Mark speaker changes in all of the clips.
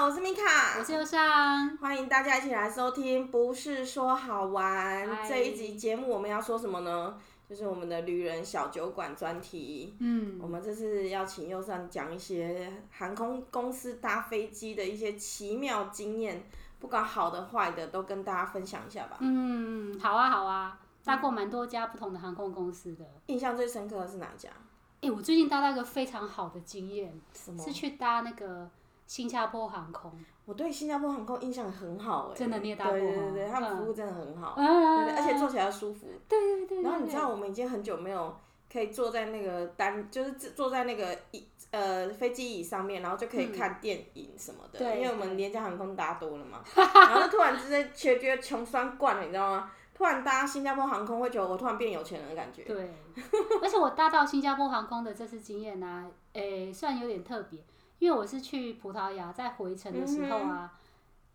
Speaker 1: 我是米卡，
Speaker 2: 我是忧伤。
Speaker 1: 欢迎大家一起来收听。不是说好玩
Speaker 2: 嗨
Speaker 1: 这一集节目，我们要说什么呢？就是我们的旅人小酒馆专题。
Speaker 2: 嗯，
Speaker 1: 我们这次要请右上讲一些航空公司搭飞机的一些奇妙经验，不管好的坏的都跟大家分享一下吧。
Speaker 2: 嗯，好啊，好啊，搭过蛮多家不同的航空公司的。
Speaker 1: 印象最深刻的是哪一家？
Speaker 2: 哎、我最近搭到一个非常好的经验，
Speaker 1: 什么
Speaker 2: 是？去搭那个新加坡航空。
Speaker 1: 我对新加坡航空印象很好哎、
Speaker 2: 真的你也搭过
Speaker 1: 对
Speaker 2: 吗
Speaker 1: 对对对，他们
Speaker 2: 嗯
Speaker 1: 服务真的很好，对哦对
Speaker 2: 嗯，
Speaker 1: 而且坐起来舒服。
Speaker 2: 对对对对，
Speaker 1: 然后你知道我们已经很久没有可以坐在那个单，就是自坐在那个椅呃飞机椅上面，然后就可以看电影什么的，
Speaker 2: 嗯对
Speaker 1: 因为我们廉价航空搭多了 嘛。然后就突然之间觉觉得穷酸惯了，你知道吗？突然搭新加坡航空，会觉得我突然变有钱人的感觉。
Speaker 2: 对， 而且我搭到新加坡航空的这次经验呢、啊，诶、算有点特别，因为我是去葡萄牙，在回程的时候
Speaker 1: 嗯
Speaker 2: 啊，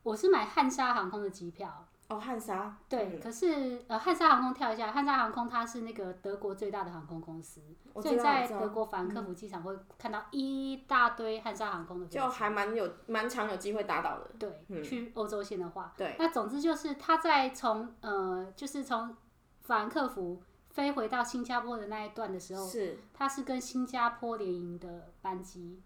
Speaker 2: 我是买汉莎航空的机票。
Speaker 1: 哦，汉莎，
Speaker 2: 对，
Speaker 1: 嗯
Speaker 2: 可是呃，汉莎航空跳一下，汉莎航空它是那个德国最大的航空公司，
Speaker 1: 我
Speaker 2: 所
Speaker 1: 知
Speaker 2: 以
Speaker 1: 道，我
Speaker 2: 在
Speaker 1: 知
Speaker 2: 德
Speaker 1: 道，
Speaker 2: 国法兰克福机场会看到一大堆汉莎航空的飞
Speaker 1: 就
Speaker 2: 机。
Speaker 1: 还蛮有蛮常有机会搭到的。
Speaker 2: 对，
Speaker 1: 嗯
Speaker 2: 去欧洲线的话，
Speaker 1: 对，
Speaker 2: 那总之就是他在从呃，就是从法兰克福飞回到新加坡的那一段的时候，
Speaker 1: 是
Speaker 2: 他是跟新加坡联营的班机，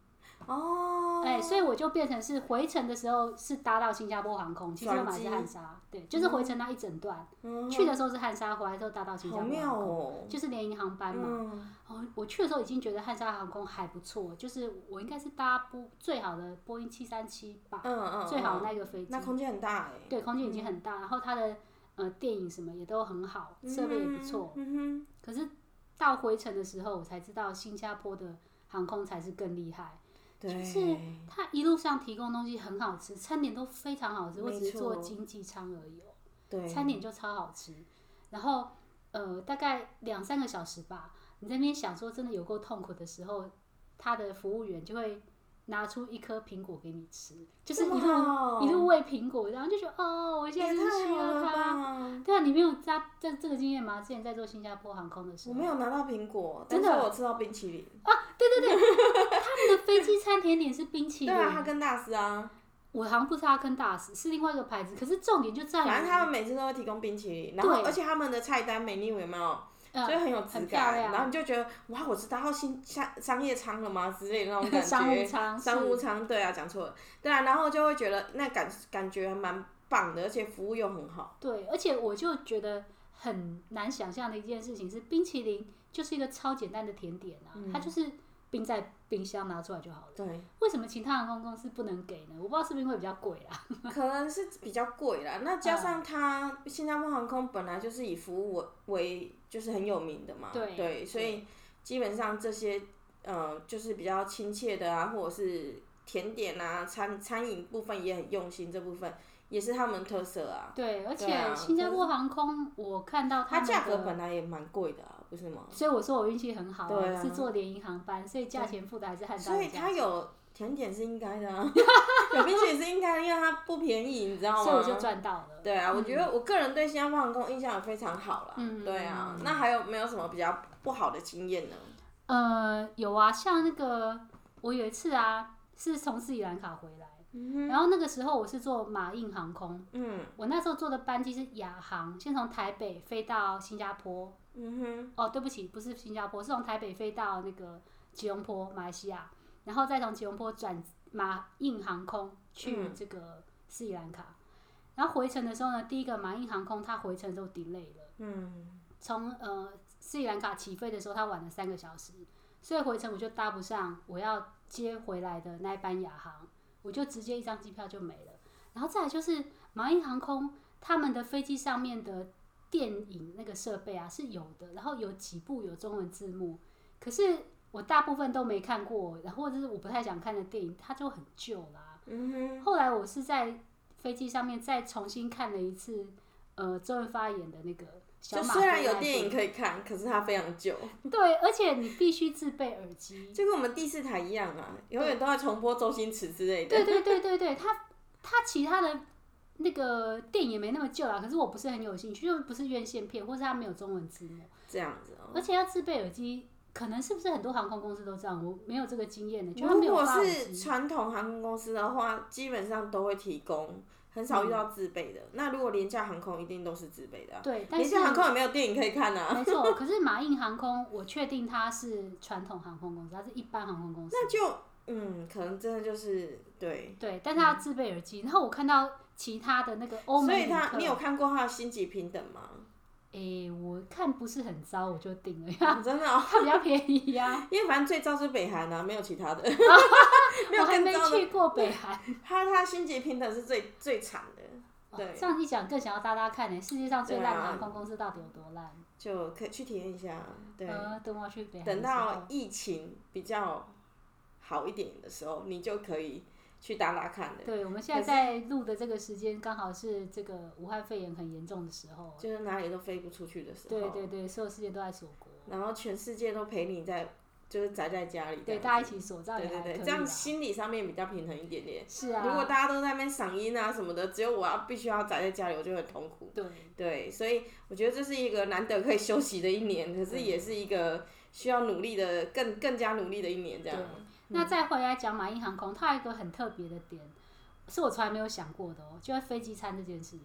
Speaker 1: 哦，
Speaker 2: 哎、所以我就变成是回程的时候是搭到新加坡航空，其实我买的是汉莎，对，就是回程那一整段，
Speaker 1: 嗯
Speaker 2: 去的时候是汉莎，回来之后搭到新加
Speaker 1: 好
Speaker 2: 坡
Speaker 1: 妙
Speaker 2: 航空，
Speaker 1: 哦，
Speaker 2: 就是联营航班嘛。
Speaker 1: 嗯，
Speaker 2: 哦，我去的时候已经觉得汉莎航空还不错，就是我应该是搭波最好的波音七三七吧，
Speaker 1: 嗯嗯，
Speaker 2: 最好的
Speaker 1: 嗯
Speaker 2: 那个飞机
Speaker 1: 那，空间很大哎。
Speaker 2: 对，空间已经很大，然后它的呃电影什么也都很好，设备也不错。
Speaker 1: 嗯
Speaker 2: 可是到回程的时候，我才知道新加坡的航空才是更厉害。
Speaker 1: 哼，对，
Speaker 2: 就是它一路上提供的东西很好吃，餐点都非常好吃。我
Speaker 1: 没
Speaker 2: 只是坐
Speaker 1: 错
Speaker 2: 经济舱而已哦、
Speaker 1: 对，
Speaker 2: 餐点就超好吃。然后呃，大概两三个小时吧，你在那边想说真的有够痛苦的时候，他的服务员就会拿出一颗苹果给你吃，就是一
Speaker 1: 这么
Speaker 2: 路
Speaker 1: 好
Speaker 2: 一路喂苹果，然后就觉得哦，我现在
Speaker 1: 也
Speaker 2: 就是
Speaker 1: 太
Speaker 2: 需
Speaker 1: 好
Speaker 2: 要
Speaker 1: 了
Speaker 2: 它。
Speaker 1: 吧！
Speaker 2: 对啊，你没有搭这这个经验吗？之前在做新加坡航空的时
Speaker 1: 我
Speaker 2: 候，
Speaker 1: 没有拿到苹果，但
Speaker 2: 真
Speaker 1: 是
Speaker 2: 的
Speaker 1: 我吃到冰淇淋。
Speaker 2: 他们的飞机餐甜点是冰淇
Speaker 1: 对
Speaker 2: 淋，
Speaker 1: 啊，他跟大师啊，
Speaker 2: 我好像不是阿肯达斯，是另外一个牌子。可是重点就在于，
Speaker 1: 反正他们每次都会提供冰淇淋，然后
Speaker 2: 对
Speaker 1: 而且他们的菜单 menu 有没有，
Speaker 2: 呃
Speaker 1: 就很有质
Speaker 2: 很漂
Speaker 1: 感，
Speaker 2: 亮
Speaker 1: 然后你就觉得哇，我是搭到新商商业舱了吗之类的那种感觉。
Speaker 2: 商务舱，
Speaker 1: 商务
Speaker 2: 是
Speaker 1: 舱，对啊，讲错了，对啊，然后就会觉得那感感觉还蛮棒的，而且服务又很好。
Speaker 2: 对，而且我就觉得很难想象的一件事情是，冰淇淋就是一个超简单的甜点啊，它就是冰在冰箱拿出来就好了。
Speaker 1: 嗯对，
Speaker 2: 为什么其他航空公司不能给呢？我不知道是不是因为比较贵啦。
Speaker 1: 可能是比较贵啦，那加上它新加坡航空本来就是以服务为为就是很有名的嘛，
Speaker 2: 对
Speaker 1: 所以基本上这些呃就是比较亲切的啊，或者是甜点啊、餐餐饮部分也很用心，这部分也是他们特色啊。
Speaker 2: 对，而
Speaker 1: 对
Speaker 2: 且
Speaker 1: 啊
Speaker 2: 新加坡航空，我看到哦他
Speaker 1: 它
Speaker 2: 们
Speaker 1: 价格
Speaker 2: 的
Speaker 1: 本来也蛮贵的啊，不是吗？
Speaker 2: 所以我说我运气很好、
Speaker 1: 对啊
Speaker 2: 是坐联营航班，所以价钱付的还是汉莎
Speaker 1: 所
Speaker 2: 的
Speaker 1: 以
Speaker 2: 价
Speaker 1: 它
Speaker 2: 钱。
Speaker 1: 有甜点是应该的啊， 有冰淇淋是应该的，因为它不便宜，你知道吗？
Speaker 2: 所以我就赚到了。
Speaker 1: 对啊，我觉得我个人对新加坡航空印象也非常好啦。
Speaker 2: 嗯
Speaker 1: 对啊，那还有没有什么比较不好的经验呢？
Speaker 2: 呃，有啊，像那个我有一次啊，是从斯里兰卡回来，然后那个时候我是坐马印航空，
Speaker 1: 嗯
Speaker 2: 我那时候坐的班机是亚航，先从台北飞到新加坡。
Speaker 1: 嗯哼，
Speaker 2: 哦，对不起，不是新加坡，是从台北飞到那个吉隆坡，马来西亚，然后再从吉隆坡转马印航空去
Speaker 1: 嗯
Speaker 2: 这个斯里兰卡。然后回程的时候呢，第一个马印航空它回程都 delay 了。
Speaker 1: 嗯，
Speaker 2: 从呃斯里兰卡起飞的时候，它晚了三个小时，所以回程我就搭不上我要接回来的那一班亚航，我就直接一张机票就没了。然后再来就是马印航空他们的飞机上面的电影那个设备啊是有的，然后有几部有中文字幕，可是我大部分都没看过，然后或者是我不太想看的电影，它就很旧啦、
Speaker 1: 嗯哼，
Speaker 2: 后来我是在飞机上面再重新看了一次，呃，周润发演的那个小
Speaker 1: 就
Speaker 2: 马。
Speaker 1: 虽然有电影，可以看，可是它非常久，
Speaker 2: 对，而且你必须自备耳机。
Speaker 1: 就跟我们第四台一样啊，永远都在重播周星驰之类的。
Speaker 2: 对对对对对，他他其他的那个电影也没那么旧啦，可是我不是很有兴趣，就不是院线片，或是他没有中文字幕，
Speaker 1: 这样子哦、
Speaker 2: 而且要自备耳机。可能是不是很多航空公司都这样？我没有这个经验的，就他没
Speaker 1: 如
Speaker 2: 有
Speaker 1: 果
Speaker 2: 发
Speaker 1: 是传统航空公司的话，基本上都会提供，很少遇到自备的。那如果廉价航空一定都是自备的、啊，
Speaker 2: 嗯对，但
Speaker 1: 廉
Speaker 2: 是
Speaker 1: 价航空也没有电影可以看啊。
Speaker 2: 没错，可是马印航空，我确定它是传统航空公司，它是一般航空公司。
Speaker 1: 那就嗯，可能真的就是对，
Speaker 2: 对，但是它要自备耳机。然后我看到其他的那个欧
Speaker 1: 所
Speaker 2: 美
Speaker 1: 以
Speaker 2: 旅
Speaker 1: 他
Speaker 2: 客
Speaker 1: 你，有看过他的星级平等 吗？
Speaker 2: 诶、我看不是很糟，我就定了，
Speaker 1: 真的、哦，
Speaker 2: 它比较便宜呀、
Speaker 1: 因为反正最糟是北韩啊，没有其 他的， 没有
Speaker 2: 我还
Speaker 1: 更
Speaker 2: 没
Speaker 1: 糟的。
Speaker 2: 去过北韩。
Speaker 1: 他他星级平等是最最惨的，
Speaker 2: 哦
Speaker 1: 对
Speaker 2: 这样一讲更想要搭搭看呢、世界上最烂的
Speaker 1: 对啊
Speaker 2: 航空公司到底有多烂？
Speaker 1: 就可以去体验一下。对，
Speaker 2: 呃，等我要去北韩的
Speaker 1: 等
Speaker 2: 时候。
Speaker 1: 到疫情比较好一点的时候，你就可以去打打看的，
Speaker 2: 对，我们现在在录的这个时间，刚好是这个武汉肺炎很严重的时候。
Speaker 1: 就是哪里都飞不出去的时候，
Speaker 2: 哦对对对，所有世界都在锁国，
Speaker 1: 然后全世界都陪你在，就是宅在家里这
Speaker 2: 对，
Speaker 1: 样子，
Speaker 2: 大家一起锁，这样
Speaker 1: 对
Speaker 2: 也还
Speaker 1: 对
Speaker 2: 可以
Speaker 1: 对，
Speaker 2: 啦。
Speaker 1: 这样心理上面比较平衡一点点。
Speaker 2: 是啊，
Speaker 1: 如果大家都在那边嗓音啊什么的，只有我要必须要宅在家里，我就很痛苦。
Speaker 2: 对，
Speaker 1: 对，所以我觉得这是一个难得可以休息的一年，可是也是一个需要努力的更更加努力的一年，这样
Speaker 2: 对。那
Speaker 1: 嗯
Speaker 2: 再回来讲马印航空，它有一个很特别的点，是我从来没有想过的哦，就是飞机餐这件事。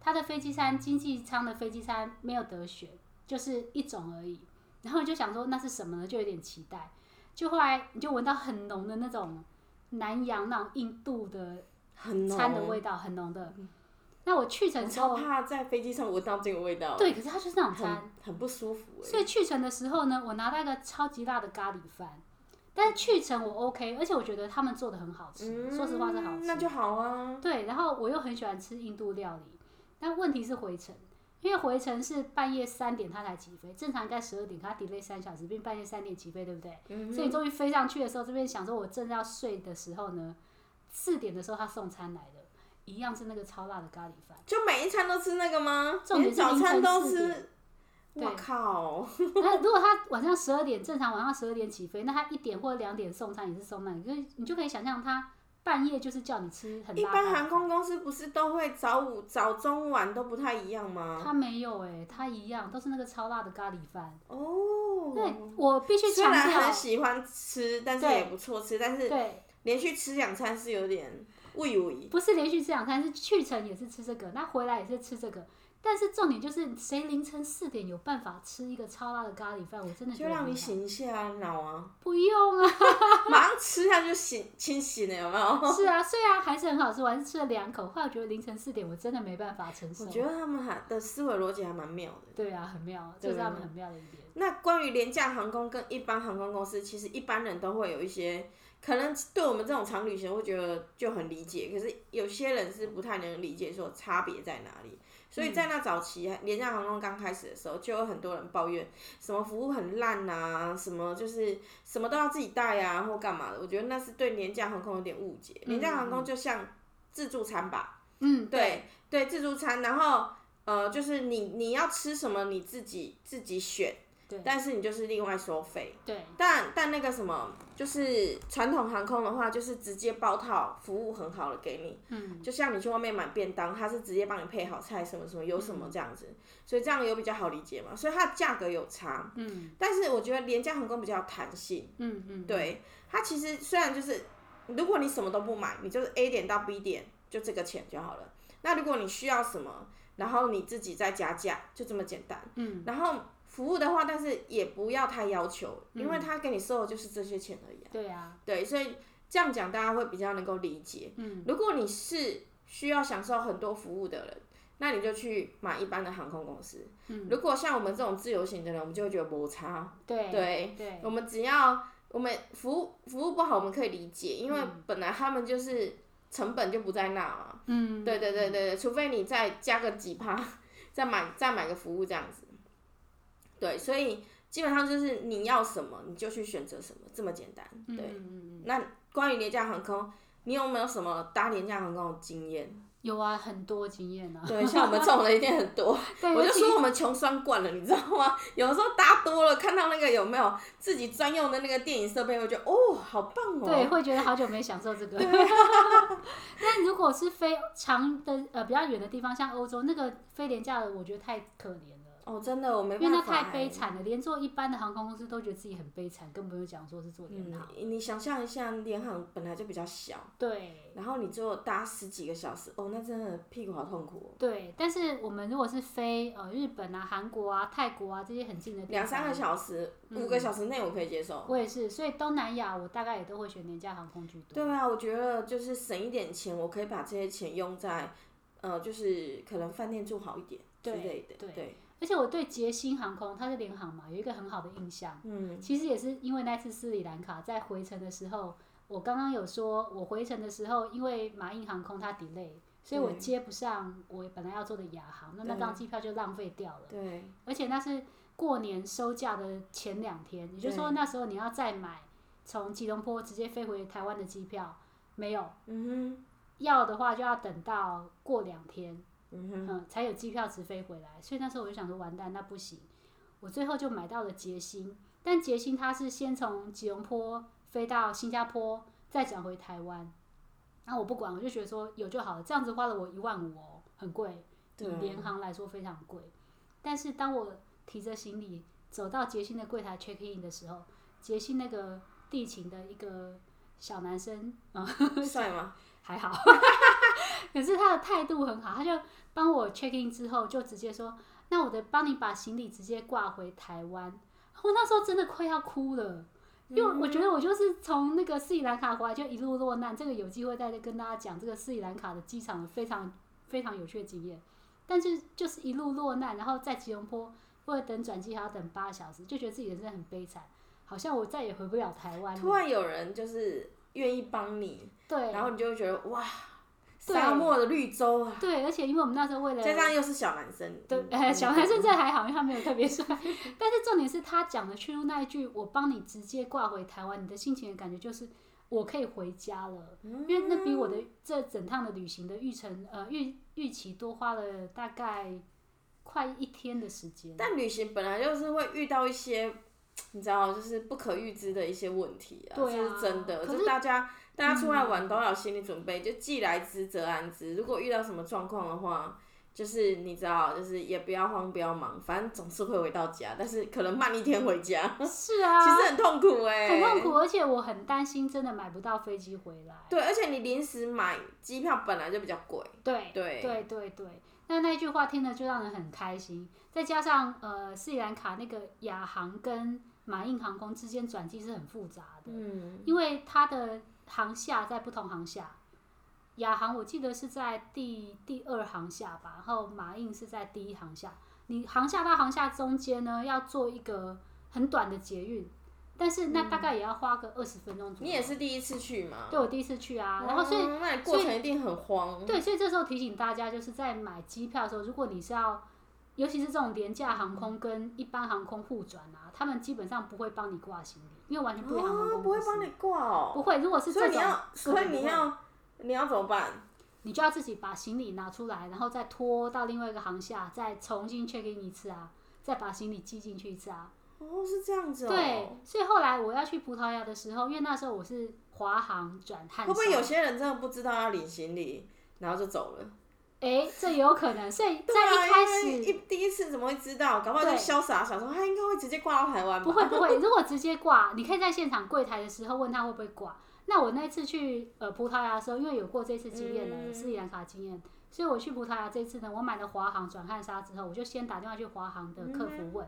Speaker 2: 它的飞机餐，经济舱的飞机餐没有得选，就是一种而已。 然后我就想说那是什么呢？就有点期待。就后来你就闻到很浓的那种南洋那种印度的
Speaker 1: 很浓。
Speaker 2: 餐的味道，很浓的。那我去程
Speaker 1: 我
Speaker 2: 之
Speaker 1: 超
Speaker 2: 后，
Speaker 1: 怕在飞机上闻到这个味道，
Speaker 2: 对，可是它就是那种餐，
Speaker 1: 很很不舒服哎、
Speaker 2: 所以去程的时候呢，我拿到一个超级辣的咖喱饭，但是去程我 OK，而且我觉得他们做的很好吃，说实话是好吃。
Speaker 1: 那就好啊。
Speaker 2: 对，然后我又很喜欢吃印度料理，但问题是回程，因为回程是半夜三点它才起飞，正常应该十二点，它 delay 三小时，并半夜三点起飞，对不对？
Speaker 1: 嗯
Speaker 2: 所以终于飞上去的时候，这边想说我正要睡的时候呢，四点的时候他送餐来的，一样是那个超辣的咖喱饭。
Speaker 1: 就每一餐都吃那个吗？
Speaker 2: 重
Speaker 1: 连
Speaker 2: 点是
Speaker 1: 早餐都
Speaker 2: 凌晨
Speaker 1: 吃。
Speaker 2: 对
Speaker 1: 我靠！
Speaker 2: 那如果他晚上十二点正常晚上十二点起飞，那他一点或两点送餐也是送那个，你就你就可以想象他半夜就是叫你吃很
Speaker 1: 一
Speaker 2: 辣。
Speaker 1: 般航空公司不是都会早午早中晚都不太一样吗？
Speaker 2: 他没有哎、他一样都是那个超辣的咖喱饭。
Speaker 1: 哦，
Speaker 2: 对，我必须
Speaker 1: 虽
Speaker 2: 强
Speaker 1: 然
Speaker 2: 调
Speaker 1: 很，喜欢吃，但是
Speaker 2: 对
Speaker 1: 也不错吃，但是
Speaker 2: 对，
Speaker 1: 连续吃两餐是有点畏无疑。
Speaker 2: 不是连续吃两餐，是去程也是吃这个，那回来也是吃这个。但是重点就是，谁凌晨四点有办法吃一个超辣的咖喱饭？我真的觉
Speaker 1: 就
Speaker 2: 得
Speaker 1: 让
Speaker 2: 没
Speaker 1: 你
Speaker 2: 办法，
Speaker 1: 醒一下脑 啊，
Speaker 2: 不用 啊。
Speaker 1: 马上吃下就醒清醒了，有没有？
Speaker 2: 是啊，虽然还是很好吃，我还是吃了两口。后来我觉得凌晨四点我真的没办法承受
Speaker 1: 我。觉得他们还的思维逻辑还蛮妙的。
Speaker 2: 对啊，很妙，这是他们很妙的一点。
Speaker 1: 那关于廉价航空跟一般航空公司，其实一般人都会有一些，可能对我们这种常旅行会觉得就很理解，可是有些人是不太能理解说差别在哪里。所以在那早期廉价航空刚开始的时候，就有很多人抱怨什么服务很烂啊，什么就是什么都要自己带啊，或干嘛的。我觉得那是对廉价航空有点误解，廉价航空就像自助餐吧，
Speaker 2: 嗯，
Speaker 1: 对对，自助餐，然后呃，就是你你要吃什么你自己自己选，
Speaker 2: 对
Speaker 1: 但是你就是另外收费。
Speaker 2: 对
Speaker 1: 但但那个什么，就是传统航空的话，就是直接包套，服务很好的给你。嗯，就像你去外面买便当，它是直接帮你配好菜，什么什么有什么这样子，所以这样有比较好理解嘛。所以它的价格有差，嗯，但是我觉得廉价航空比较有弹性。
Speaker 2: 嗯嗯，
Speaker 1: 对，它其实虽然就是，如果你什么都不买，你就是 A 点到 B 点就这个钱就好了。那如果你需要什么，然后你自己再加价，就这么简单。嗯，然后服务的话，但是也不要太要求，因为他给你收的就是这些钱而已啊。
Speaker 2: 对啊，
Speaker 1: 对，所以这样讲大家会比较能够理解。嗯，如果你是需要享受很多服务的人。那你就去买一般的航空公司。嗯，如果像我们这种自由行的人，我们就会觉得摩擦。
Speaker 2: 对
Speaker 1: 对，
Speaker 2: 对
Speaker 1: 我们只要我们服务服务不好，我们可以理解，因为本来他们就是成本就不在那嘛。嗯，对对对对对，除非你再加个几趴， 再买再买个服务这样子。对，所以基本上就是你要什么你就去选择什么，这么简单。
Speaker 2: 嗯
Speaker 1: 对，那关于廉价航空，你有没有什么搭廉价航空的经验？
Speaker 2: 有啊，很多 经验啊。
Speaker 1: 对，像我们这种人一定很多。
Speaker 2: 对，
Speaker 1: 我
Speaker 2: 尤
Speaker 1: 就
Speaker 2: 其
Speaker 1: 说我们穷酸惯了，你知道吗？ 有的时候搭多了，看到那个有没有自己专用的那个电影设备，我觉得哦，好棒哦。
Speaker 2: 对，会觉得好久没享受这个。
Speaker 1: 啊
Speaker 2: 但如果是飞长的呃比较远的地方，像欧洲那个飞廉价的，我觉得太可怜了。
Speaker 1: 哦，真的我没
Speaker 2: 因为那
Speaker 1: 办法、欸，
Speaker 2: 太悲惨了，连坐一般的航空公司都觉得自己很悲惨，更不用讲说是坐联航。
Speaker 1: 嗯，你想象一下，联航本来就比较小，
Speaker 2: 对
Speaker 1: 然后你就搭十几个小时，哦，那真的屁股好痛苦、哦。
Speaker 2: 对，但是我们如果是飞呃日本啊、韩国啊、泰国啊这些很近的地方，嗯
Speaker 1: 两三个小时、五个小时内我可以接受。
Speaker 2: 我也是，所以东南亚我大概也都会选廉价航空居多。
Speaker 1: 对啊，我觉得就是省一点钱，我可以把这些钱用在，呃，就是可能饭店住好一点之
Speaker 2: 对
Speaker 1: 类的。
Speaker 2: 对
Speaker 1: 对，
Speaker 2: 而且我对捷星航空，它是联航嘛，有一个很好的印象。
Speaker 1: 嗯，
Speaker 2: 其实也是因为那次斯里兰卡在回程的时候，我刚刚有说，我回程的时候因为马印航空它 delay，所以我
Speaker 1: 对
Speaker 2: 接不上我本来要坐的亚航，那那
Speaker 1: 对
Speaker 2: 张机票就浪费掉了。
Speaker 1: 对，
Speaker 2: 而且那是过年收假的前两天，也就是说
Speaker 1: 对
Speaker 2: 那时候你要再买从吉隆坡直接飞回台湾的机票，没有
Speaker 1: 嗯哼，
Speaker 2: 要的话就要等到过两天，
Speaker 1: 嗯哼，
Speaker 2: 嗯，才有机票直飞回来。所以那时候我就想说，完蛋，那不行。我最后就买到了捷星，但捷星它是先从吉隆坡飞到新加坡，再转回台湾。然后我不管，我就觉得说有就好了，这样子花了我一万五哦，很贵，以
Speaker 1: 对啊
Speaker 2: 联航来说非常贵。但是当我提着行李走到捷星的柜台 check in 的时候，捷星那个地勤的一个小男生啊，
Speaker 1: 帅吗？
Speaker 2: 还好， 可是他的态度很好，他就帮我 check in 之后就直接说，那我的帮你把行李直接挂回台湾。我那时候真的快要哭了，因为
Speaker 1: 嗯
Speaker 2: 我我觉得我就是从那个斯里兰卡回来就一路落难，这个有机会再跟大家讲这个斯里兰卡的机场非常非常有趣的经验。但是就是一路落难，然后在吉隆坡为了等转机还要等八小时，就觉得自己人生很悲惨，好像我再也回不了台湾
Speaker 1: 突
Speaker 2: 了。
Speaker 1: 然有人就是愿意帮你，
Speaker 2: 对，
Speaker 1: 然后你就会觉得哇，
Speaker 2: 对
Speaker 1: 沙漠的绿洲啊，
Speaker 2: 对，而且因为我们那时候为了
Speaker 1: 加上又是小男生，
Speaker 2: 对
Speaker 1: 嗯，
Speaker 2: 呃，小男生这还好，因为他没有特别帅。但是重点是他讲的去路那一句“我帮你直接挂回台湾”，你的心情的感觉就是我可以回家了，
Speaker 1: 嗯
Speaker 2: 因为那比我的这整趟的旅行的预程呃预预期多花了大概快一天的时 间。
Speaker 1: 但旅行本来就是会遇到一些，你知道，就是不可预知的一些问题啊，
Speaker 2: 对啊
Speaker 1: 这是真的。
Speaker 2: 可嗯
Speaker 1: 就是大家大家出来玩都要有心理准备，就既来之则安之。如果遇到什么状况的话，就是你知道，就是也不要慌，不要忙，反正总是会回到家，但是可能慢一天回家，
Speaker 2: 是
Speaker 1: 其
Speaker 2: 啊，
Speaker 1: 实很痛苦哎、
Speaker 2: 很痛。苦，而且我很担心真的买不到飞机回来。
Speaker 1: 对，而且你临时买机票本来就比较贵，
Speaker 2: 对
Speaker 1: 对
Speaker 2: 对对对，那那句话听了就让人很开心，再加上呃斯里兰卡那个亚航跟马印航空之间转机是很复杂的，
Speaker 1: 嗯，
Speaker 2: 因为它的航厦在不同航厦，亚航我记得是在第第二航厦吧，然后马印是在第一航厦。你航厦到航厦中间呢，要做一个很短的捷运，但是那大概也要花个二十分钟
Speaker 1: 嗯
Speaker 2: 左右。
Speaker 1: 你也是第一次去嘛，
Speaker 2: 对我第一次去啊，然后所以
Speaker 1: 嗯那你过程一定很慌，
Speaker 2: 对，所以这时候提醒大家，就是在买机票的时候，如果你是要，尤其是这种廉价航空跟一般航空互转啊，他们基本上不会帮你挂行李，因为完全不一样航
Speaker 1: 啊，
Speaker 2: 空
Speaker 1: 不会
Speaker 2: 公司、
Speaker 1: 帮你挂哦，
Speaker 2: 不会，如果是
Speaker 1: 所
Speaker 2: 这
Speaker 1: 以你
Speaker 2: 种
Speaker 1: 要，，
Speaker 2: 根
Speaker 1: 所以
Speaker 2: 本不
Speaker 1: 你
Speaker 2: 会，
Speaker 1: 要，你要怎么办？
Speaker 2: 你就要自己把行李拿出来，然后再拖到另外一个航下，再重新 check in 一次啊，再把行李寄进去一次啊。
Speaker 1: 哦，是这样子哦。
Speaker 2: 对，所以后来我要去葡萄牙的时候，因为那时候我是华航转汉，
Speaker 1: 会不会有？些人真的不知道要领行李，然后就走了？
Speaker 2: 哎，这有可能，所以
Speaker 1: 对啊
Speaker 2: 在一开
Speaker 1: 因
Speaker 2: 始
Speaker 1: 为一第一次怎么会知道？搞不好就
Speaker 2: 对
Speaker 1: 潇洒想说他应该会直接挂到台湾吧？
Speaker 2: 不会不会，如果直接挂，你可以在现场柜台的时候问他会不会挂。那我那次去呃葡萄牙的时候，因为有过这次经验了，
Speaker 1: 嗯
Speaker 2: 斯里兰卡经验，所以我去葡萄牙这次呢，我买了华航转汉莎之后，我就先打电话去华航的客
Speaker 1: 嗯
Speaker 2: 服问，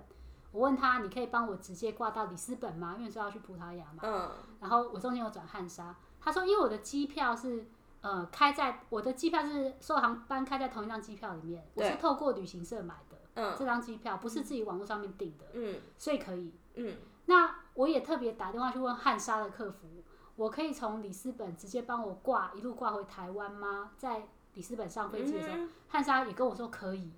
Speaker 2: 我问他你可以帮我直接挂到里斯本吗？因为说要去葡萄牙嘛。
Speaker 1: 嗯，
Speaker 2: 然后我中间有转汉莎，他说因为我的机票是呃开在我的机票是所有航班开在同一张机票里面，我
Speaker 1: 对
Speaker 2: 是透过旅行社买的，
Speaker 1: 嗯
Speaker 2: 这张机票不是自己网络上面订的，
Speaker 1: 嗯
Speaker 2: 所以可以。
Speaker 1: 嗯，
Speaker 2: 那我也特别打电话去问汉莎的客服，我可以从里斯本直接帮我挂一路挂回台湾吗？在里斯本上飞机的时候，
Speaker 1: 嗯
Speaker 2: 汉莎也跟我说可以，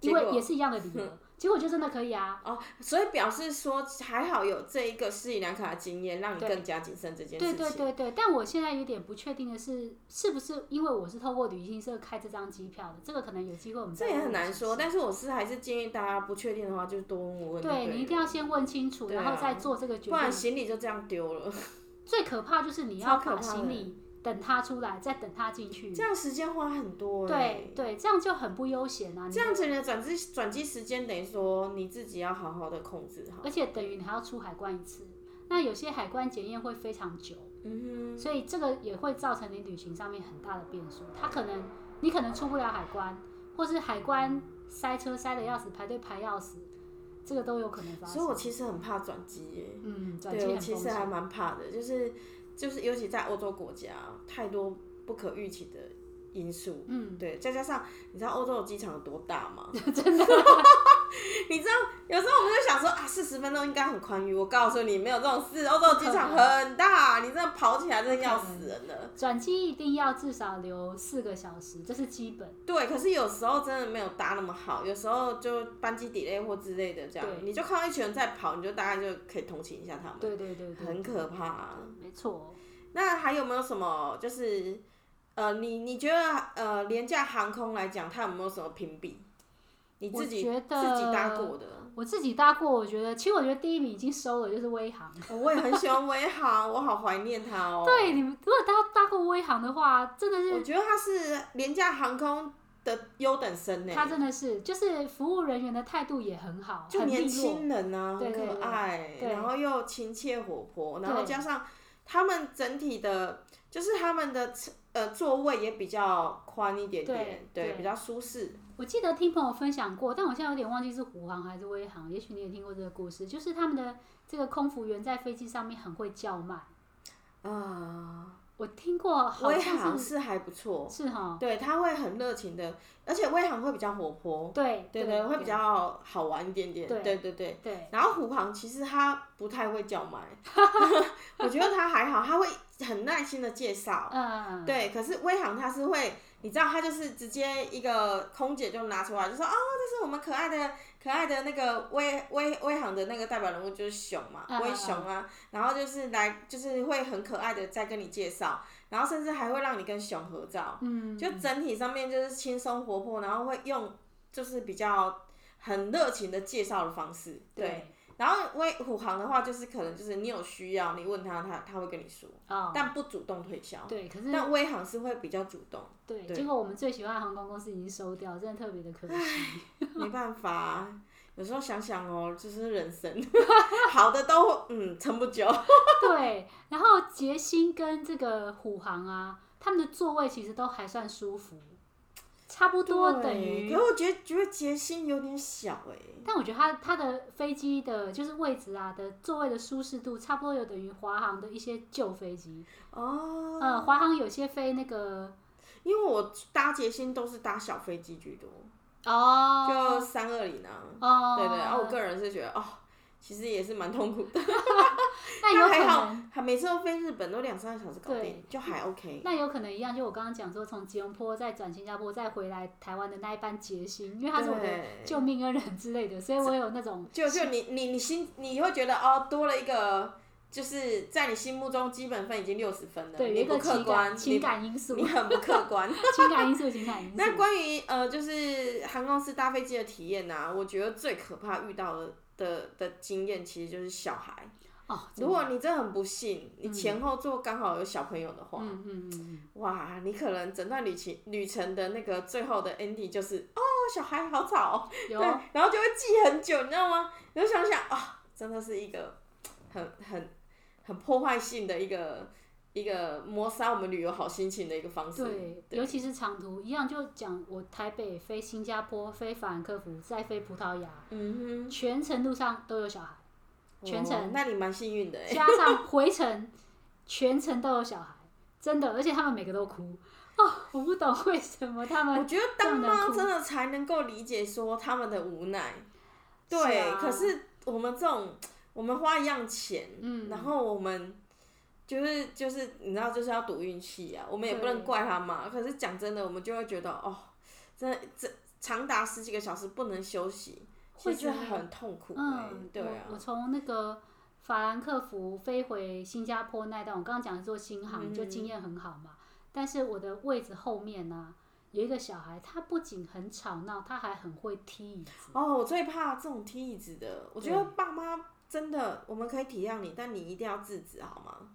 Speaker 1: 结
Speaker 2: 因
Speaker 1: 果
Speaker 2: 为也是一样的理由，结果就真的可以啊。
Speaker 1: 哦，所以表示说还好有这一个斯里兰卡的经验，让你
Speaker 2: 对
Speaker 1: 更加谨慎这件事
Speaker 2: 对
Speaker 1: 情。
Speaker 2: 对对对，但我现在有点不确定的是，是不是因为我是透过旅行社开这张机票的？这个可能有机会我们再
Speaker 1: 这也
Speaker 2: 问
Speaker 1: 很难
Speaker 2: 一下
Speaker 1: 说，但是我是还是建议大家不确定的话，就多问问。
Speaker 2: 对你一定要先问清楚，
Speaker 1: 对啊
Speaker 2: 然后再做这个决
Speaker 1: 不然
Speaker 2: 定。
Speaker 1: 行李就这样丢了。
Speaker 2: 最可怕就是你
Speaker 1: 超
Speaker 2: 要
Speaker 1: 可怕
Speaker 2: 把
Speaker 1: 的
Speaker 2: 行李等他出来，再等他进去。
Speaker 1: 这样时间花很多、
Speaker 2: 对
Speaker 1: 欸。
Speaker 2: 对，这样就很不悠闲啊！你
Speaker 1: 这样子你的转机转机时间等于说你自己要好好的控制好。
Speaker 2: 而且等于你还要出海关一次，那有些海关检验会非常久，
Speaker 1: 嗯
Speaker 2: 所以这个也会造成你旅行上面很大的变数。他可能你可能出不了海关，或是海关塞车塞的要死，排队排要死，这个都有可能发
Speaker 1: 哼，
Speaker 2: 生。
Speaker 1: 所以我其实很怕转机耶。
Speaker 2: 嗯，转机
Speaker 1: 对，我
Speaker 2: 很
Speaker 1: 其
Speaker 2: 丰
Speaker 1: 实还
Speaker 2: 盛。
Speaker 1: 蛮怕的，就是就是，尤其在欧洲国家，太多不可预期的因素。
Speaker 2: 嗯，
Speaker 1: 对，再加上你知道欧洲的机场有多大 吗？真的， 你知道有时候我们就想说啊，四十分钟应该很宽裕。我告诉你，没有这种事，欧洲的机场很大，你真的跑起来真的要死人了。
Speaker 2: 转机一定要至少留四个小时，这是基本。
Speaker 1: 对，可是有时候真的没有搭那么好，有时候就班机 delay 或之类的这样
Speaker 2: 对，
Speaker 1: 你就看到一群人在跑，你就大概就可以同情一下他们，
Speaker 2: 对对对对，
Speaker 1: 很可怕、
Speaker 2: 没错。
Speaker 1: 那还有没有什么就是，呃，你你觉得呃，廉价航空来讲，它有没有什么评比？你自己
Speaker 2: 我觉得
Speaker 1: 自己搭过的，
Speaker 2: 我自己搭过，我觉得其实我觉得第一名已经收了，就是威航。
Speaker 1: 哦我也很喜欢威航，我好怀念它哦。，
Speaker 2: 对，你们如果搭搭过威航的话，真的
Speaker 1: 我
Speaker 2: 是
Speaker 1: 觉得它是廉价航空的优等生呢，
Speaker 2: 他真的是就是服务人员的态度也很好，
Speaker 1: 就
Speaker 2: 很利
Speaker 1: 年
Speaker 2: 落。
Speaker 1: 轻人啊，
Speaker 2: 对
Speaker 1: 很
Speaker 2: 对
Speaker 1: 可
Speaker 2: 对
Speaker 1: 爱，
Speaker 2: 对
Speaker 1: 然后又亲切活泼，然后
Speaker 2: 对
Speaker 1: 加上他们整体的，就是他们的呃座位也比较宽一点点，
Speaker 2: 对对
Speaker 1: 比较舒适。
Speaker 2: 我记得听朋友分享过，但我现在有点忘记是虎航还是威航，也许你也听过这个故事，就是他们的这个空服员在飞机上面很会叫卖。
Speaker 1: 啊，
Speaker 2: 我听过，哦好
Speaker 1: 威
Speaker 2: 像
Speaker 1: 航
Speaker 2: 是嗯
Speaker 1: 是还不错，
Speaker 2: 是哈，
Speaker 1: 对，他会很热情的，而且威航会比较活泼，
Speaker 2: 对
Speaker 1: 哦对对，会比较好玩一点点，
Speaker 2: 对
Speaker 1: 对对对。
Speaker 2: 对，
Speaker 1: 然后虎航其实他不太会叫 卖，我觉得他还好，他会很耐心的介绍。
Speaker 2: 嗯，
Speaker 1: 对，可是威航他是会，你知道，他就是直接一个空姐就拿出来就说，哦，这是我们可爱的可爱的那个威威威航的那个代表人物就是熊嘛，
Speaker 2: 嗯
Speaker 1: 威熊啊，然后就是来就是会很可爱的再跟你介绍，然后甚至还会让你跟熊合照，
Speaker 2: 嗯，
Speaker 1: 就整体上面就是轻松活泼，然后会用就是比较很热情的介绍的方式，对。
Speaker 2: 对
Speaker 1: 然后威虎航的话，就是可能就是你有需要，你问他，他他会跟你说，
Speaker 2: 哦，
Speaker 1: 但不主动推销。
Speaker 2: 对，可是
Speaker 1: 但威航是会比较主动，
Speaker 2: 对，
Speaker 1: 对
Speaker 2: 结果我们最喜欢的航空公司已经收掉，真的特别的可惜。
Speaker 1: 没办法、有时候想想哦，就是人生， 好的都嗯撑不 久。
Speaker 2: 对，然后捷星跟这个虎航啊，他们的座位其实都还算舒服，差不多
Speaker 1: 对
Speaker 2: 等于
Speaker 1: 可。我觉得觉得杰星有点小哎、
Speaker 2: 但我觉得它它的飞机的就是位置啊的座位的舒适度，差不多有等于华航的一些旧飞机。
Speaker 1: 哦，
Speaker 2: 呃，华航有些飞那个
Speaker 1: 因为我搭杰星都是搭小飞机居多，就
Speaker 2: 哦
Speaker 1: 三二零啊，
Speaker 2: 哦，
Speaker 1: 对对。然、后我个人是觉得哦，其实也是蛮痛苦的，
Speaker 2: 那有可
Speaker 1: 还好
Speaker 2: 能，，
Speaker 1: 还每次都飞日本都两三个小时搞定
Speaker 2: 对，
Speaker 1: 就还 OK。
Speaker 2: 那有可能一样，就我刚刚讲说，从吉隆坡再转新加坡再回来台湾的那一班捷星，因为它是我的
Speaker 1: 对
Speaker 2: 救命恩人之类的，所以我有那种
Speaker 1: 就就你你你心你会觉得哦，多了一个，就是在你心目中基本分已经六十分了，
Speaker 2: 对有
Speaker 1: 你
Speaker 2: 一个
Speaker 1: 不客
Speaker 2: 情
Speaker 1: 观，
Speaker 2: 感情
Speaker 1: 你
Speaker 2: 感因素
Speaker 1: 你，很不客 观。
Speaker 2: 情感因素，情感因素。
Speaker 1: 那关于呃，就是航空公司搭飞机的体验呐、我觉得最可怕遇到的的的经验其实就是小孩。
Speaker 2: 哦，真的
Speaker 1: 如果你真的很不幸，你
Speaker 2: 嗯
Speaker 1: 前后座刚好有小朋友的话，
Speaker 2: 嗯嗯嗯
Speaker 1: 哇，你可能整段旅行旅程的那个最后的 ending 就是哦，小孩好吵哦、
Speaker 2: 嗯，
Speaker 1: 对
Speaker 2: 有，
Speaker 1: 然后就会记很久，你知道吗？你就想想啊、真的是一个很很很破坏性的一个一个磨杀我们旅游好心情的一个方式。
Speaker 2: 对，尤其是长途一样，就讲我台北飞新加坡，飞法兰克福，再飞葡萄牙，
Speaker 1: 嗯
Speaker 2: 全程路上都有小孩，
Speaker 1: 哼，
Speaker 2: 全
Speaker 1: 哦
Speaker 2: 程、
Speaker 1: 那你蛮幸运的哎。
Speaker 2: 加上回程，全程都有小孩，真的，而且他们每个都哭。哦，我不懂为什么他
Speaker 1: 我
Speaker 2: 们
Speaker 1: 觉得当
Speaker 2: 这样
Speaker 1: 妈
Speaker 2: 能哭
Speaker 1: 真的才能够理解说他们的无奈。
Speaker 2: 是
Speaker 1: 对，
Speaker 2: 啊
Speaker 1: 可是我们这种，我们花一样钱，
Speaker 2: 嗯
Speaker 1: 然后我们就是就是你知道就是要赌运气啊，我们也不
Speaker 2: 对
Speaker 1: 能怪他嘛。可是讲真的，我们就会觉得哦，真的这长达十几个小时不能休息，
Speaker 2: 会
Speaker 1: 其实
Speaker 2: 觉得
Speaker 1: 很痛苦、欸。
Speaker 2: 嗯，
Speaker 1: 对
Speaker 2: 我我
Speaker 1: 啊，
Speaker 2: 从那个法兰克福飞回新加坡那一段，我刚刚讲的做新航，就
Speaker 1: 嗯
Speaker 2: 经验很好嘛。但是我的位置后面呢、有一个小孩，他不仅很吵闹，他还很会踢椅子。
Speaker 1: 哦，我最怕这种踢椅子的，我觉得爸妈真的我们可以体谅你，但你一定要制止好吗？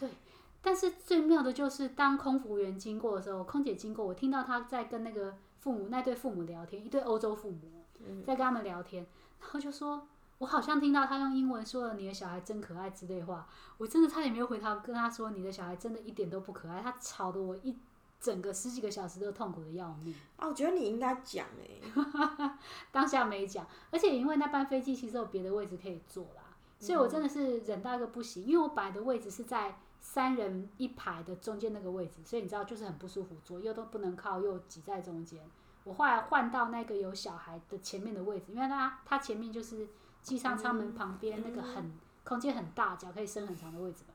Speaker 2: 但是最妙的就是，当空服员经过的时候，空姐经过，我听到她在跟那个父母那对父母聊天，一对欧洲父母在跟他们聊天，然后就说：“我好像听到她用英文说了‘你的小孩真可爱’之类话。”我真的差点没有回她，跟她说：“你的小孩真的一点都不可爱。”她吵得我一整个十几个小时都痛苦的要命。
Speaker 1: 啊，我觉得你应该讲哎、
Speaker 2: 当下没讲，而且因为那班飞机其实有别的位置可以坐啦，所以我真的是忍到一个不行，因为我摆的位置是在三人一排的中间那个位置，所以你知道就是很不舒服，左右都不能靠，又挤在中间。我后来换到那个有小孩的前面的位置，因为它它前面就是机上舱门旁边那个很、空间很大，脚可以伸很长的位置吧，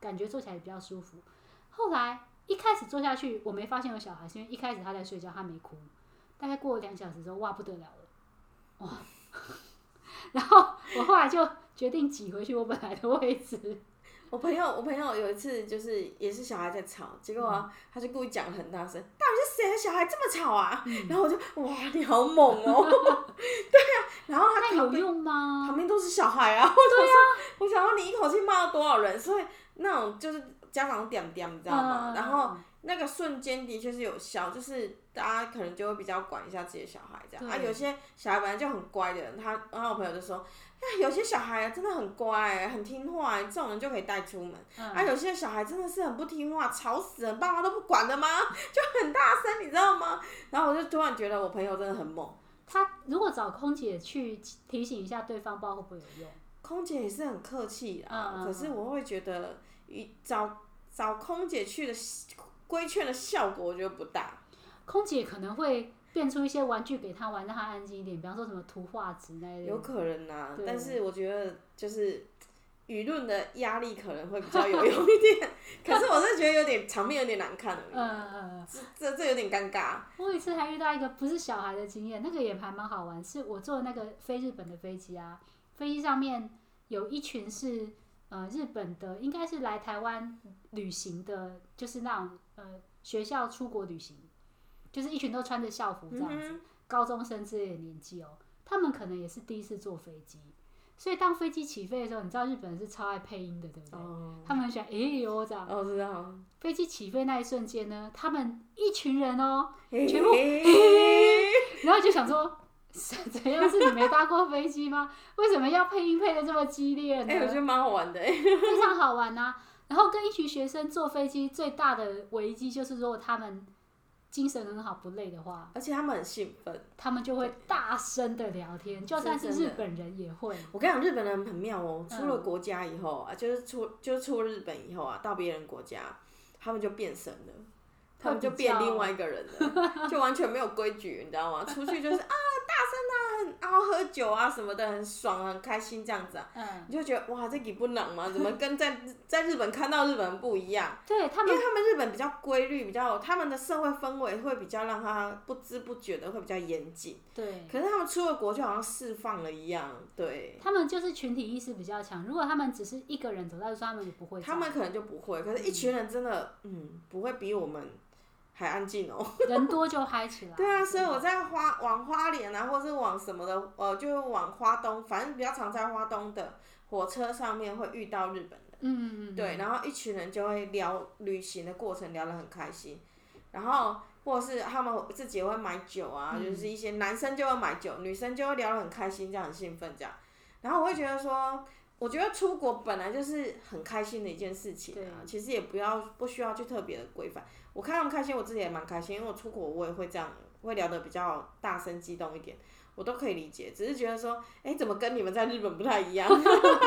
Speaker 2: 感觉坐起来也比较舒服。后来一开始坐下去，我没发现有小孩，是因为一开始他在睡觉，他没哭。大概过了两小时之后，哇，不得了了，哇！ 然后我后来就决定挤回去我本来的位置，
Speaker 1: 我朋友，我朋友有一次就是也是小孩在吵，结果、啊他就故意讲得很大声，到底是谁的小孩这么吵啊？然后我就哇，你好猛哦、 对啊，然后他
Speaker 2: 那
Speaker 1: 旁
Speaker 2: 有
Speaker 1: 边
Speaker 2: 用吗？
Speaker 1: 旁边都是小孩啊， 我想说，我想说你一口气骂了多少人，所以那种就是家长点点，你知道吗？
Speaker 2: 嗯
Speaker 1: 然后那个瞬间的确是有效，就是大家可能就会比较管一下自己的小孩这样啊。
Speaker 2: 对
Speaker 1: 有些小孩本来就很乖的人，他然后我朋友就说，啊，有些小孩啊真的很乖、很听话、这种人就可以带出门。
Speaker 2: 嗯
Speaker 1: 啊，有些小孩真的是很不听话，吵死人，爸妈都不管的吗？就很大声，你知道吗？然后我就突然觉得我朋友真的很猛，
Speaker 2: 他如果找空姐去提醒一下对方，不知道会不会有用？
Speaker 1: 空姐也是很客气啦，
Speaker 2: 嗯嗯嗯
Speaker 1: 可是我会觉得与找找空姐去的规劝的效果，我觉得不大。
Speaker 2: 空姐可能会变出一些玩具给他玩，让他安静一点，比方说什么图画纸那一类
Speaker 1: 有
Speaker 2: 的。
Speaker 1: 可能啊，
Speaker 2: 哎对
Speaker 1: 但是我觉得就是舆论的压力可能会比较有用一 点，可是我是觉得有点场面有点难看而已，
Speaker 2: 嗯嗯，
Speaker 1: 这这这有点尴尬。
Speaker 2: 我有一次还遇到一个不是小孩的经验，那个也还蛮好玩。是我坐那个飞日本的飞机啊，飞机上面有一群是呃日本的，应该是来台湾旅行的，就是那种呃学校出国旅行，就是一群都穿着校服哦这
Speaker 1: 嗯
Speaker 2: 样子，
Speaker 1: 哼，
Speaker 2: 高中生之类的年纪哦，他们可能也是第一次坐飞机，所以当飞机起飞的时候，你知道日本人是超爱配音的，对不对？
Speaker 1: 哦，
Speaker 2: 他们很喜欢哎呦这样。
Speaker 1: 哦，我知道，
Speaker 2: 飞机起飞那一瞬间呢，他们一群人哦。全部
Speaker 1: 嘿
Speaker 2: 然后就想说，是怎样是你没搭过飞机吗？为什么要配音配的这么激烈呢？
Speaker 1: 哎、我觉得蛮好玩的、哎
Speaker 2: 非常好玩呐、然后跟一群学生坐飞机，最大的危机就是，如果他们精神很好不累的话，
Speaker 1: 而且他们很兴奋。
Speaker 2: 他们就会大声的聊天，就算是
Speaker 1: 真的
Speaker 2: 日本人也会。
Speaker 1: 我跟你讲，日本人很妙哦，
Speaker 2: 嗯
Speaker 1: 出了国家以后啊，就是出就是出了日本以后啊，到别人国家，他们就变神了。他们就变另外一个人了，就完全没有规矩，你知 道吗？出去就是啊，大声啊，很啊喝酒啊什么的，很爽，很开心这样子啊，
Speaker 2: 嗯，
Speaker 1: 你就觉得哇，这给不朗嘛，怎么跟 在在日本看到日本人不一样？
Speaker 2: 对他
Speaker 1: 因
Speaker 2: 们
Speaker 1: 为他们日本比较规律，比较他们的社会氛围会比较让他不知不觉的会比较严谨。
Speaker 2: 对。
Speaker 1: 可是他们出了国就好像释放了一样，对，
Speaker 2: 他们就是群体意识比较强，如果他们只是一个人走在路上，他们也不会这
Speaker 1: 他
Speaker 2: 样。
Speaker 1: 们可能就不会，可是一群人真的，嗯，不会比我们还安静哦。
Speaker 2: 人多就嗨起来。
Speaker 1: 对啊，所以我在花往花莲啊，或是往什么的，呃，就往花东，反正比较常在花东的火车上面会遇到日本人，
Speaker 2: 嗯，嗯，嗯
Speaker 1: 对，，然后一群人就会聊旅行的过程，聊得很开心，然后。或者是他们自己也会买酒啊，
Speaker 2: 嗯
Speaker 1: 就是一些男生就会买酒，女生就会聊得很开心，这样很兴奋这样。然后我会觉得说，我觉得出国本来就是很开心的一件事情啊，
Speaker 2: 对
Speaker 1: 其实也不要不需要去特别的规范。我看他们开心，我自己也蛮开心，因为我出国我也会这样，会聊得比较大声激动一点，我都可以理解。只是觉得说，哎、怎么跟你们在日本不太一样？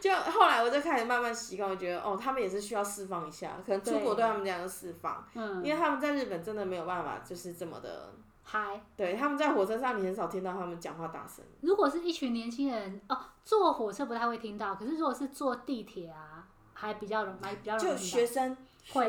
Speaker 1: 就后来我就开始慢慢习惯，我觉得哦，他们也是需要释放一下，可能出国
Speaker 2: 对
Speaker 1: 对他们这样的释放，
Speaker 2: 嗯，
Speaker 1: 因为他们在日本真的没有办法，就是这么的。
Speaker 2: 嗨，
Speaker 1: 对，他们在火车上你很少听到他们讲话大声。
Speaker 2: 如果是一群年轻人哦，坐火车不太会听到，可是如果是坐地铁啊，还比较容还比较容
Speaker 1: 就
Speaker 2: 易听
Speaker 1: 学
Speaker 2: 到。
Speaker 1: 生，
Speaker 2: 会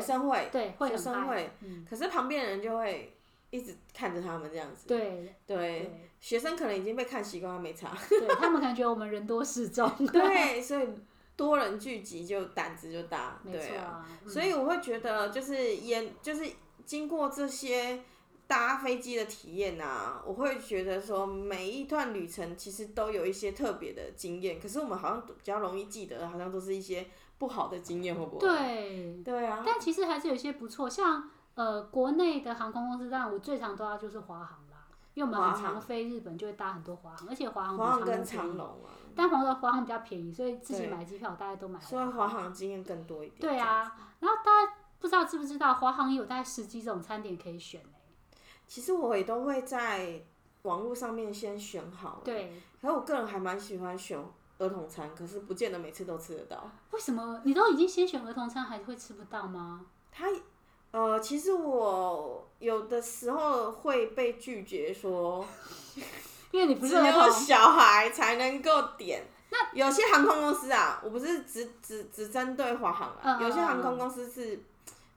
Speaker 1: 学生会，
Speaker 2: 对，会
Speaker 1: 学
Speaker 2: 很
Speaker 1: 生
Speaker 2: 嗨。
Speaker 1: 会，
Speaker 2: 嗯，
Speaker 1: 可是旁边的人就会一直看着他们这样子。
Speaker 2: 对
Speaker 1: 对，
Speaker 2: 对
Speaker 1: 学生可能已经被看习惯，他没差。
Speaker 2: 对，他们可能觉得我们人多势众。
Speaker 1: 对，所以多人聚集就胆子就大，
Speaker 2: 没
Speaker 1: 对
Speaker 2: 错
Speaker 1: 啊。
Speaker 2: 啊。嗯
Speaker 1: 所以我会觉得，就是也就是经过这些搭飞机的体验啊，我会觉得说每一段旅程其实都有一些特别的经验，可是我们好像比较容易记得，好像都是一些不好的经验，会不会？
Speaker 2: 对，
Speaker 1: 啊对啊，
Speaker 2: 但其实还是有一些不错，像呃国内的航空公司，当然我最常搭就是华航啦，因为我们很
Speaker 1: 华
Speaker 2: 常飞日本，就会搭很多华航，而且华航比
Speaker 1: 华航跟
Speaker 2: 长
Speaker 1: 长
Speaker 2: 荣
Speaker 1: 龙啊，
Speaker 2: 便宜，但华航华航比较便宜，所以自己
Speaker 1: 对
Speaker 2: 买机票大家都买
Speaker 1: 所以华航经验更多一点。
Speaker 2: 对啊，然后大家不知道知不知道，华航有大概十几种餐点可以选、欸、
Speaker 1: 这样子，其实我也都会在网络上面先选好，
Speaker 2: 对，
Speaker 1: 可是我个人还蛮喜欢选儿童餐，可是不见得每次都吃得到。
Speaker 2: 为什么你都已经先选儿童餐，还会吃不 到吗？
Speaker 1: 他呃，其实我有的时候会被拒绝说，
Speaker 2: 因为你不
Speaker 1: 只
Speaker 2: 是儿
Speaker 1: 有
Speaker 2: 童，
Speaker 1: 小孩才能够点。那有些航空公司啊，我不是只只只针对华航啊，
Speaker 2: 嗯嗯
Speaker 1: 有些航空公司是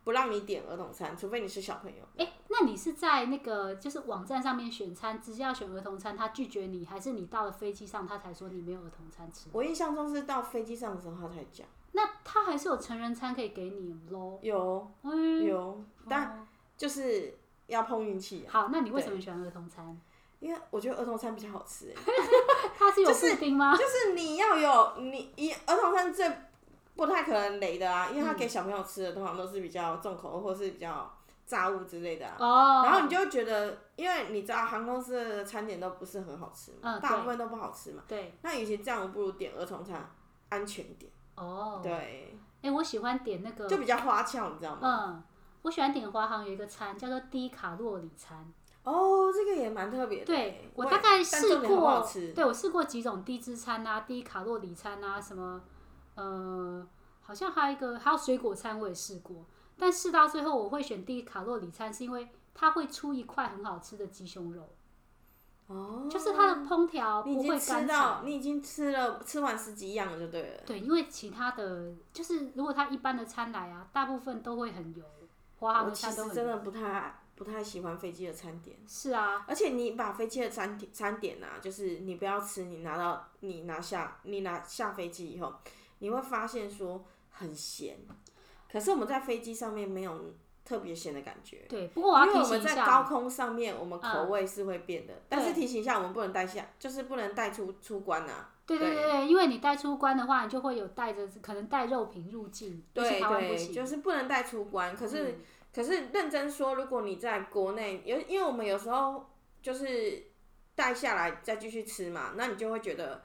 Speaker 1: 不让你点儿童餐，除非你是小朋友。
Speaker 2: 哎、那你是在那个就是网站上面选餐，直接要选儿童餐，他拒绝你，还是你到了飞机上他才说你没有儿童餐吃？
Speaker 1: 我印象中是到飞机上的时候他才讲，
Speaker 2: 那他还是有成人餐可以给你喽。
Speaker 1: 有
Speaker 2: 哦嗯，
Speaker 1: 有，但
Speaker 2: 哦
Speaker 1: 就是要碰运气、啊，
Speaker 2: 好，那你为什么喜欢儿童 餐？
Speaker 1: 因为我觉得儿童餐比较好吃、欸。
Speaker 2: 它是有
Speaker 1: 就是
Speaker 2: 布丁吗？
Speaker 1: 就是你要有你一儿童餐最不太可能雷的啊，因为他给小朋友吃的通常都是比较重口味或是比较炸物之类的啊。
Speaker 2: 哦，
Speaker 1: 然后你就会觉得，因为你知道航空公司的餐点都不是很好吃嘛，
Speaker 2: 嗯
Speaker 1: 大
Speaker 2: 对
Speaker 1: 部分都不好吃嘛。
Speaker 2: 对
Speaker 1: 那与其这样，我不如点儿童餐，安全一点。
Speaker 2: 哦，哎、
Speaker 1: 对，
Speaker 2: 我喜欢点那个
Speaker 1: 就比较花俏，你知道吗？
Speaker 2: 嗯，我喜欢点华航有一个餐叫做低卡路里餐，
Speaker 1: 哦，这个也蛮特别的。欸
Speaker 2: 对我
Speaker 1: 也
Speaker 2: 大概
Speaker 1: 但
Speaker 2: 试
Speaker 1: 重点好不好
Speaker 2: 过
Speaker 1: 吃，
Speaker 2: 对我试过几种低脂餐啊、低卡路里餐啊，什么呃，好像还有一个还有水果餐我也试过，但试到最后我会选低卡路里餐，是因为它会出一块很好吃的鸡胸肉，
Speaker 1: 哦，
Speaker 2: 就是它的烹调
Speaker 1: 你
Speaker 2: 不
Speaker 1: 已
Speaker 2: 会
Speaker 1: 经吃
Speaker 2: 干
Speaker 1: 到，
Speaker 2: 炒。
Speaker 1: 你已经吃了吃完十几样了，就对了。
Speaker 2: 对，因为其他的就是如果它一般的餐来啊，大部分都会很油，华航
Speaker 1: 我
Speaker 2: 的
Speaker 1: 其
Speaker 2: 餐都
Speaker 1: 实
Speaker 2: 很
Speaker 1: 真
Speaker 2: 油。
Speaker 1: 的不太不太喜欢飞机的餐点，
Speaker 2: 是啊，
Speaker 1: 而且你把飞机的餐点餐点啊，就是你不要吃，你拿到你拿下你拿下飞机以后，你会发现说很咸，可是我们在飞机上面没有特别咸的感觉。
Speaker 2: 对。不过我要
Speaker 1: 因为
Speaker 2: 提
Speaker 1: 我
Speaker 2: 醒
Speaker 1: 们
Speaker 2: 一
Speaker 1: 在
Speaker 2: 下，嗯
Speaker 1: 高空上面，我们口味是会变的，但是
Speaker 2: 对
Speaker 1: 提醒一下，我们不能带下，就是不能带出出关啊。
Speaker 2: 对对
Speaker 1: 对
Speaker 2: 对对，因为你带出关的话，你就会有带着可能带肉品入境，就是
Speaker 1: 对
Speaker 2: 台湾不
Speaker 1: 对，
Speaker 2: 行。
Speaker 1: 就是不能带出关。可是
Speaker 2: 嗯
Speaker 1: 可是认真说，如果你在国内，有因为我们有时候就是带下来再继续吃嘛，那你就会觉得，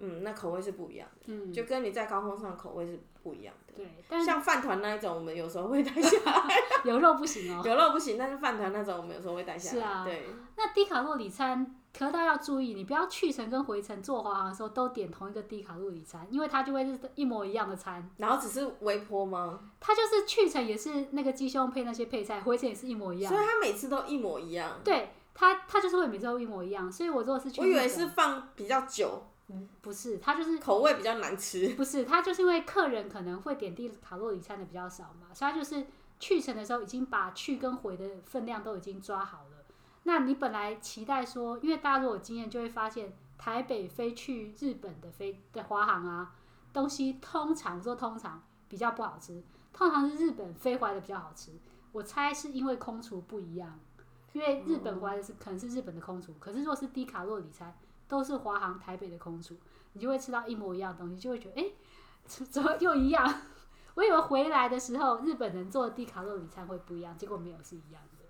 Speaker 1: 嗯，那口味是不一样的，
Speaker 2: 嗯，
Speaker 1: 就跟你在高空上口味是不一样的。
Speaker 2: 对，但
Speaker 1: 像饭团那一种，我们有时候会带下来，
Speaker 2: 有肉不行 哦。
Speaker 1: 有肉不行，但是饭团那种我们有时候会带下来。
Speaker 2: 是啊
Speaker 1: 对，
Speaker 2: 那低卡路里餐，可大家要注意，你不要去程跟回程坐华航的时候都点同一个低卡路里餐，因为它就会是一模一样的餐。
Speaker 1: 然后只是微波吗？
Speaker 2: 它就是去程也是那个鸡胸配那些配菜，回程也是一模一
Speaker 1: 所以
Speaker 2: 样。
Speaker 1: 它每次都一模一样。
Speaker 2: 对，它它就是会每次都一模一样。所以我如果是去
Speaker 1: 我
Speaker 2: 日本，
Speaker 1: 以为是放比较久，
Speaker 2: 嗯不是，它就是
Speaker 1: 口味比较难吃。
Speaker 2: 不是，他就是因为客人可能会点低卡路里餐的比较少嘛，所以他就是去程的时候已经把去跟回的分量都已经抓好了。那你本来期待说，因为大家如果有经验就会发现，台北飞去日本的飞的华航啊，东西通常说通常比较不好吃，通常是日本飞回来的比较好吃。我猜是因为空厨不一样，因为日本回来的是、可能是日本的空厨，可是如果是低卡路里餐，都是华航台北的空厨，你就会吃到一模一样的东西，就会觉得哎、诶 怎怎么又一样？ 我以为回来的时候日本人做的低卡路里餐会不一样，结果没有是一样的。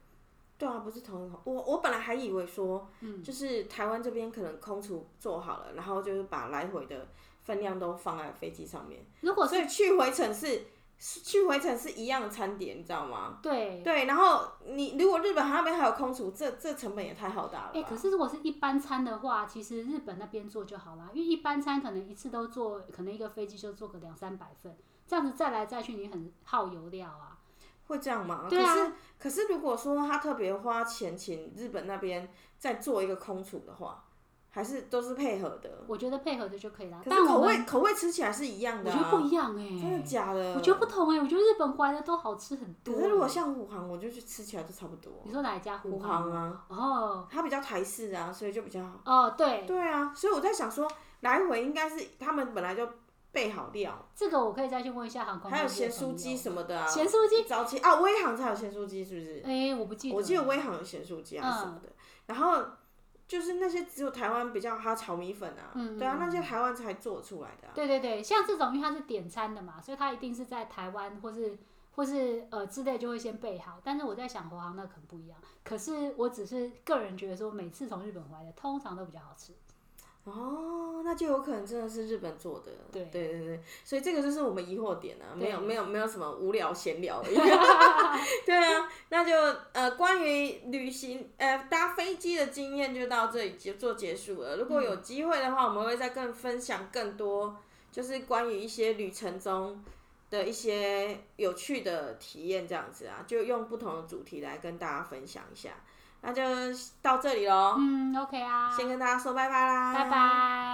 Speaker 1: 对啊，不是同一口。我我本来还以为说，
Speaker 2: 嗯
Speaker 1: 就是台湾这边可能空厨做好了，然后就是把来回的分量都放在飞机上面，
Speaker 2: 如果
Speaker 1: 所以去回程是是去回程是一样的餐点，你知道吗？
Speaker 2: 对，
Speaker 1: 对，然后你如果日本它那边还有空厨，这这成本也太浩大了吧？
Speaker 2: 哎、可是如果是一般餐的话，其实日本那边做就好啦，因为一般餐可能一次都做，可能一个飞机就做个两三百份，这样子再来再去，你很耗油料啊。
Speaker 1: 会这样吗？
Speaker 2: 对啊
Speaker 1: 可是可是如果说他特别花钱请日本那边再做一个空厨的话，还是都是配合的，
Speaker 2: 我觉得配合的就可以啦。
Speaker 1: 嗯可
Speaker 2: 啊但
Speaker 1: 是口
Speaker 2: 我们
Speaker 1: 味口味吃起来是一样
Speaker 2: 我
Speaker 1: 的、
Speaker 2: 觉
Speaker 1: 啊，
Speaker 2: 得不一样哎、
Speaker 1: 真的假的？
Speaker 2: 我觉得不同哎、我觉得日本回来的都好吃很多、
Speaker 1: 可是如果像虎航，我就去吃起来就差不多。
Speaker 2: 你说哪一家虎
Speaker 1: 虎
Speaker 2: 航
Speaker 1: 航？啊，
Speaker 2: 哦
Speaker 1: 它比较台式啊，所以就比较好。
Speaker 2: 哦，对，
Speaker 1: 对啊，所以我在想说，来回应该是他们本来就备好料，
Speaker 2: 这个我可以再去问一下航空公
Speaker 1: 还有
Speaker 2: 司的
Speaker 1: 咸
Speaker 2: 朋友。
Speaker 1: 酥鸡什么的啊。
Speaker 2: 咸酥鸡，
Speaker 1: 早期啊，威航才有咸酥鸡是不是？
Speaker 2: 哎，我不记
Speaker 1: 啊
Speaker 2: 得，
Speaker 1: 我记得威航有咸酥鸡还是什么的。然后就是那些只有台湾比较，还有炒米粉啊，
Speaker 2: 嗯
Speaker 1: 对啊，那些台湾才做出来的、啊。
Speaker 2: 对对对，像这种因为它是点餐的嘛，所以它一定是在台湾或是或是呃之类就会先备好。但是我在想华航那可能不一样，可是我只是个人觉得说，每次从日本回来的通常都比较好吃。
Speaker 1: 哦，那就有可能真的是日本做的。
Speaker 2: 对
Speaker 1: 对对对所以这个就是我们疑惑点啊，
Speaker 2: 对
Speaker 1: 没有没有没有什么无聊闲聊 而已。对啊，那就呃，关于旅行呃搭飞机的经验就到这里就做结束了。如果
Speaker 2: 嗯
Speaker 1: 有机会的话，我们会再更分享更多，就是关于一些旅程中。的一些有趣的体验，这样子啊，就用不同的主题来跟大家分享一下，那就到这里喽，
Speaker 2: 嗯，OK 啊，
Speaker 1: 哦先跟大家说拜拜啦，
Speaker 2: 拜拜。